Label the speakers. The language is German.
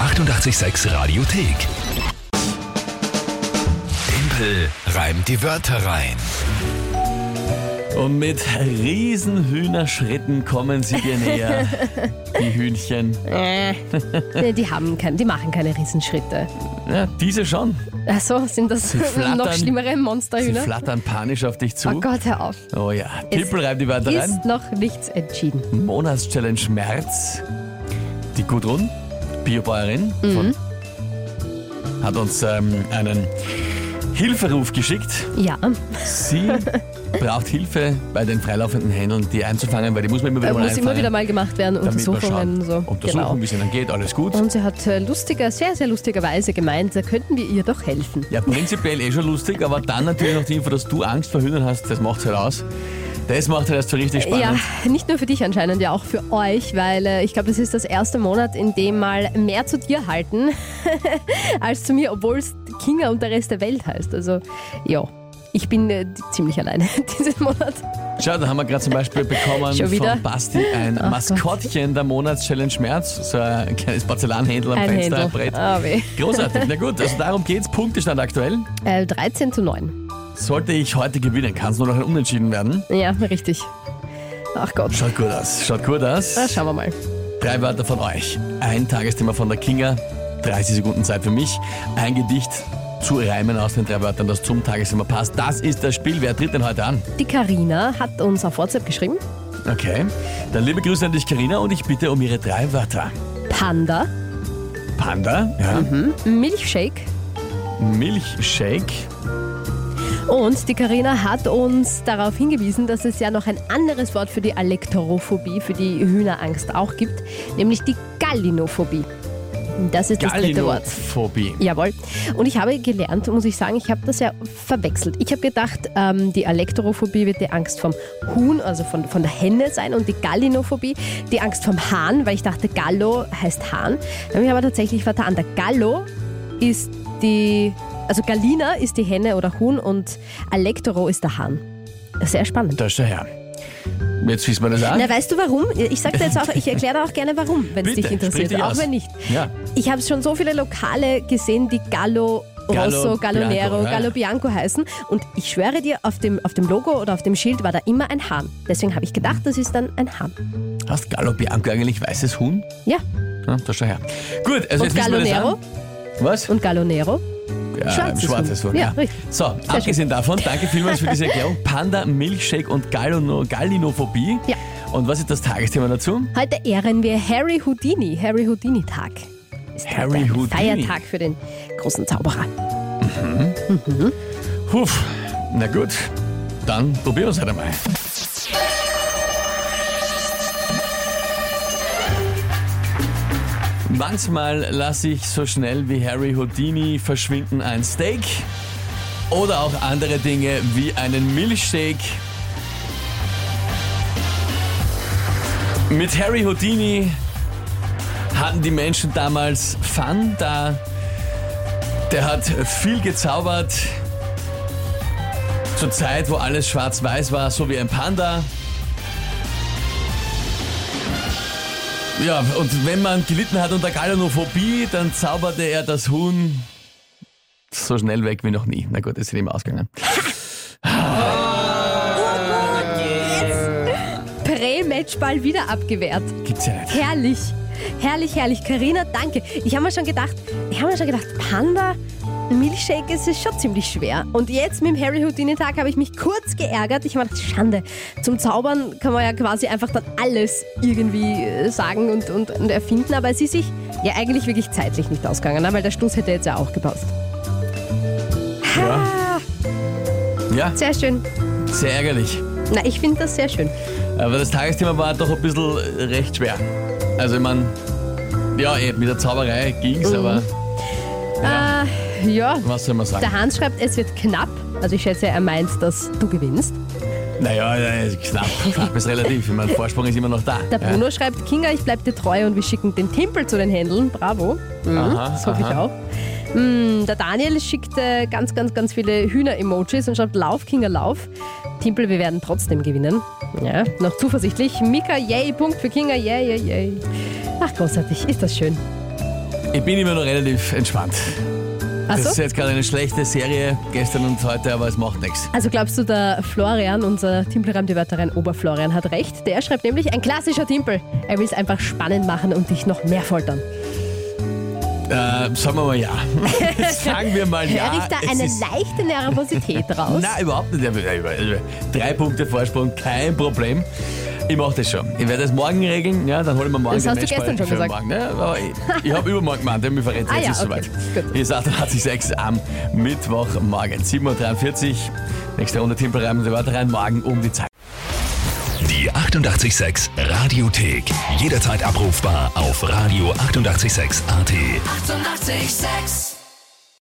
Speaker 1: 886 Radiothek. Tempel reimt die Wörter rein.
Speaker 2: Und mit riesen Hühnerschritten kommen sie dir näher, die Hühnchen.
Speaker 3: Äh, die haben kein, die machen keine Riesenschritte.
Speaker 2: Ja, diese schon.
Speaker 3: Also sind das
Speaker 2: flattern.
Speaker 3: noch schlimmere
Speaker 2: Sie
Speaker 3: Monsterhühner?
Speaker 2: flattern panisch auf dich zu.
Speaker 3: genau. Oh Gott, hör auf.
Speaker 2: Oh ja, Tippel reimt die Wörter rein.
Speaker 3: Ist noch nichts entschieden.
Speaker 2: Monatschallenge März. Die Gudrun, Biobäuerin, von,
Speaker 3: Mhm.
Speaker 2: hat uns ähm, einen Hilferuf geschickt.
Speaker 3: Ja,
Speaker 2: Sie braucht Hilfe bei den freilaufenden Händeln, die einzufangen, weil die muss man immer wieder
Speaker 3: äh,
Speaker 2: mal
Speaker 3: muss immer
Speaker 2: einfangen,
Speaker 3: wieder mal gemacht werden,
Speaker 2: damit wir
Speaker 3: Untersuchungen
Speaker 2: schauen,
Speaker 3: und so.
Speaker 2: Untersuchung, wie es ihnen geht, alles gut.
Speaker 3: genau. Und sie hat äh, lustiger, sehr, sehr lustigerweise gemeint, da könnten wir ihr doch helfen.
Speaker 2: Ja, prinzipiell eh schon lustig, aber dann natürlich noch die Info, dass du Angst vor Hühnern hast, das macht's halt aus. Das macht halt erst so richtig
Speaker 3: Ja,
Speaker 2: spannend.
Speaker 3: nicht nur für dich anscheinend, ja auch für euch, weil äh, ich glaube, das ist das erste Monat, in dem mal mehr zu dir halten als zu mir, obwohl es Kinga und der Rest der Welt heißt. Also ja, ich bin äh, ziemlich alleine diesen Monat.
Speaker 2: Schau, da haben wir gerade zum Beispiel bekommen
Speaker 3: Schon wieder?
Speaker 2: von Basti ein
Speaker 3: Ach
Speaker 2: Maskottchen der Monatschallenge März. So ein kleines Porzellanhändel am
Speaker 3: Ein
Speaker 2: Fenster, ein
Speaker 3: Händel.
Speaker 2: Brett.
Speaker 3: Ah, weh.
Speaker 2: Großartig, na gut, also darum geht's. Punktestand aktuell.
Speaker 3: Äh, 13 zu 9.
Speaker 2: Sollte ich heute gewinnen, kann es nur noch ein Unentschieden werden.
Speaker 3: Ja, richtig. Ach Gott.
Speaker 2: Schaut gut aus, schaut gut aus.
Speaker 3: Na, schauen wir mal.
Speaker 2: Drei Wörter von euch. Ein Tagesthema von der Kinga. 30 Sekunden Zeit für mich. Ein Gedicht zu reimen aus den drei Wörtern, das zum Tagesthema passt. Das ist das Spiel. Wer tritt denn heute an?
Speaker 3: Die Karina hat uns auf WhatsApp geschrieben.
Speaker 2: Okay. Dann liebe Grüße an dich, Karina, und ich bitte um ihre drei Wörter.
Speaker 3: Panda,
Speaker 2: Panda, ja.
Speaker 3: Milchshake. Mhm.
Speaker 2: Milchshake.
Speaker 3: Und die Karina hat uns darauf hingewiesen, dass es ja noch ein anderes Wort für die Alektrophobie, für die Hühnerangst auch gibt, nämlich die Gallinophobie. Das ist das dritte Wort.
Speaker 2: Gallinophobie.
Speaker 3: Jawohl. Und ich habe gelernt, muss ich sagen, ich habe das ja verwechselt. Ich habe gedacht, ähm, die Alektrophobie wird die Angst vom Huhn, also von, von der Henne sein und die Gallinophobie die Angst vom Hahn, weil ich dachte, Gallo heißt Hahn. Dann habe ich aber tatsächlich vertan. Der Gallo ist die, also Gallina ist die Henne oder Huhn und Alektro ist der Hahn. Sehr spannend.
Speaker 2: Da ist der Herr. Jetzt wissen wir das an.
Speaker 3: Na, weißt du warum? Ich sag dir jetzt auch, ich erkläre dir auch gerne warum, wenn
Speaker 2: Bitte,
Speaker 3: es dich
Speaker 2: sprich
Speaker 3: interessiert,
Speaker 2: dich
Speaker 3: auch
Speaker 2: aus.
Speaker 3: wenn nicht.
Speaker 2: Ja.
Speaker 3: Ich habe schon so viele Lokale gesehen, die Gallo Rosso,
Speaker 2: Gallo
Speaker 3: Gallo Nero,
Speaker 2: Bianco, ja.
Speaker 3: Gallo Bianco heißen. Und ich schwöre dir, auf dem, auf dem Logo oder auf dem Schild war da immer ein Hahn. Deswegen habe ich gedacht, das ist dann ein Hahn.
Speaker 2: Hast Gallo Bianco eigentlich weißes Huhn?
Speaker 3: Ja.
Speaker 2: Ja, da ist der Herr. Gut, also jetzt wissen
Speaker 3: Und Gallo
Speaker 2: wir das
Speaker 3: Nero
Speaker 2: an. Was?
Speaker 3: und Gallo Nero.
Speaker 2: Ja,
Speaker 3: Schwarzes
Speaker 2: ein äh, schwarzes
Speaker 3: Huhn.
Speaker 2: Huhn.
Speaker 3: Ja,
Speaker 2: Ja,
Speaker 3: richtig.
Speaker 2: So, abgesehen davon, danke vielmals für diese Erklärung. Panda, Milchshake und Gallino, Gallinophobie.
Speaker 3: Ja.
Speaker 2: Und was ist das Tagesthema dazu?
Speaker 3: Heute ehren wir Harry Houdini. Harry Houdini-Tag. Ist heute
Speaker 2: Harry
Speaker 3: ein
Speaker 2: Houdini.
Speaker 3: Feiertag für den großen Zauberer.
Speaker 2: Huf, na gut, dann probieren wir es halt einmal. Manchmal lasse ich so schnell wie Harry Houdini verschwinden ein Steak oder auch andere Dinge wie einen Milchshake. Mit Harry Houdini hatten die Menschen damals Fun, da der hat viel gezaubert, zur Zeit, wo alles schwarz-weiß war, so wie ein Panda. Ja, und wenn man gelitten hat unter Galanophobie, dann zauberte er das Huhn so schnell weg wie noch nie. Na gut, das ist ihm ausgegangen.
Speaker 3: Prä-Matchball wieder abgewehrt.
Speaker 2: Gibt's ja nicht.
Speaker 3: Herrlich. Herrlich, herrlich. Karina, danke. Ich habe mir schon gedacht, ich habe mir schon gedacht, Panda, Milchshake es ist schon ziemlich schwer. Und jetzt mit dem Harry Houdini Tag habe ich mich kurz geärgert. Ich habe mir gedacht, Schande. Zum Zaubern kann man ja quasi einfach dann alles irgendwie äh, sagen und, und, und erfinden. Aber es ist sich ja eigentlich wirklich zeitlich nicht ausgegangen, ne? weil der Stoß hätte jetzt ja auch gepasst. Ha,
Speaker 2: Ja,
Speaker 3: sehr schön.
Speaker 2: sehr ärgerlich.
Speaker 3: Na, ich finde das sehr schön.
Speaker 2: Aber das Tagesthema war doch ein bisschen recht schwer. Also ich meine, ja, eh, mit der Zauberei ging's, aber
Speaker 3: Ah, ja.
Speaker 2: was soll man sagen?
Speaker 3: Der Hans schreibt, es wird knapp. Also ich schätze, er meint, dass du gewinnst.
Speaker 2: Naja, ja, knapp, knapp ist relativ. Ich meine, Vorsprung ist immer noch da.
Speaker 3: Der
Speaker 2: Ja.
Speaker 3: Bruno schreibt, Kinga, ich bleib dir treu und wir schicken den Tempel zu den Händeln. Bravo. Mhm,
Speaker 2: Aha,
Speaker 3: das hoffe ich
Speaker 2: aha.
Speaker 3: auch. Mm, Der Daniel schickt äh, ganz, ganz, ganz viele Hühner-Emojis und schreibt, lauf, Kinga, lauf. Timpel, wir werden trotzdem gewinnen. Ja, noch zuversichtlich. Mika, yay, Punkt für Kinga, yay, yay, yay. Ach, großartig, ist das schön.
Speaker 2: Ich bin immer noch relativ entspannt. Das ist
Speaker 3: Also,
Speaker 2: jetzt gerade eine schlechte Serie, gestern und heute, aber es macht nichts.
Speaker 3: also glaubst du, der Florian, unser Timpelreim die Wörter rein, Oberflorian hat recht? Der schreibt nämlich ein klassischer Timpel. Er will es einfach spannend machen und dich noch mehr foltern.
Speaker 2: Äh, sagen wir mal ja. sagen wir mal ja.
Speaker 3: Höre ich da
Speaker 2: es
Speaker 3: eine
Speaker 2: ist-
Speaker 3: leichte Nervosität raus?
Speaker 2: Nein, überhaupt nicht. Drei Punkte Vorsprung, kein Problem. Ich mache das schon. Ich werde das morgen regeln, ja, dann holen wir morgen
Speaker 3: Das
Speaker 2: den
Speaker 3: hast du
Speaker 2: Matchball
Speaker 3: gestern schon
Speaker 2: für
Speaker 3: gesagt.
Speaker 2: Morgen, ne? Aber ich ich habe übermorgen gemeint, der mir verrät,
Speaker 3: Ah
Speaker 2: jetzt
Speaker 3: ja,
Speaker 2: ist es
Speaker 3: okay.
Speaker 2: soweit.
Speaker 3: Gut.
Speaker 2: Hier ist 886 am Mittwochmorgen, 7.43 Uhr. Nächste Runde Timpelreim und die Wörter rein, morgen um die Zeit.
Speaker 1: Die 886 Radiothek. Jederzeit abrufbar auf radio886.at. 886! 886.
Speaker 4: 886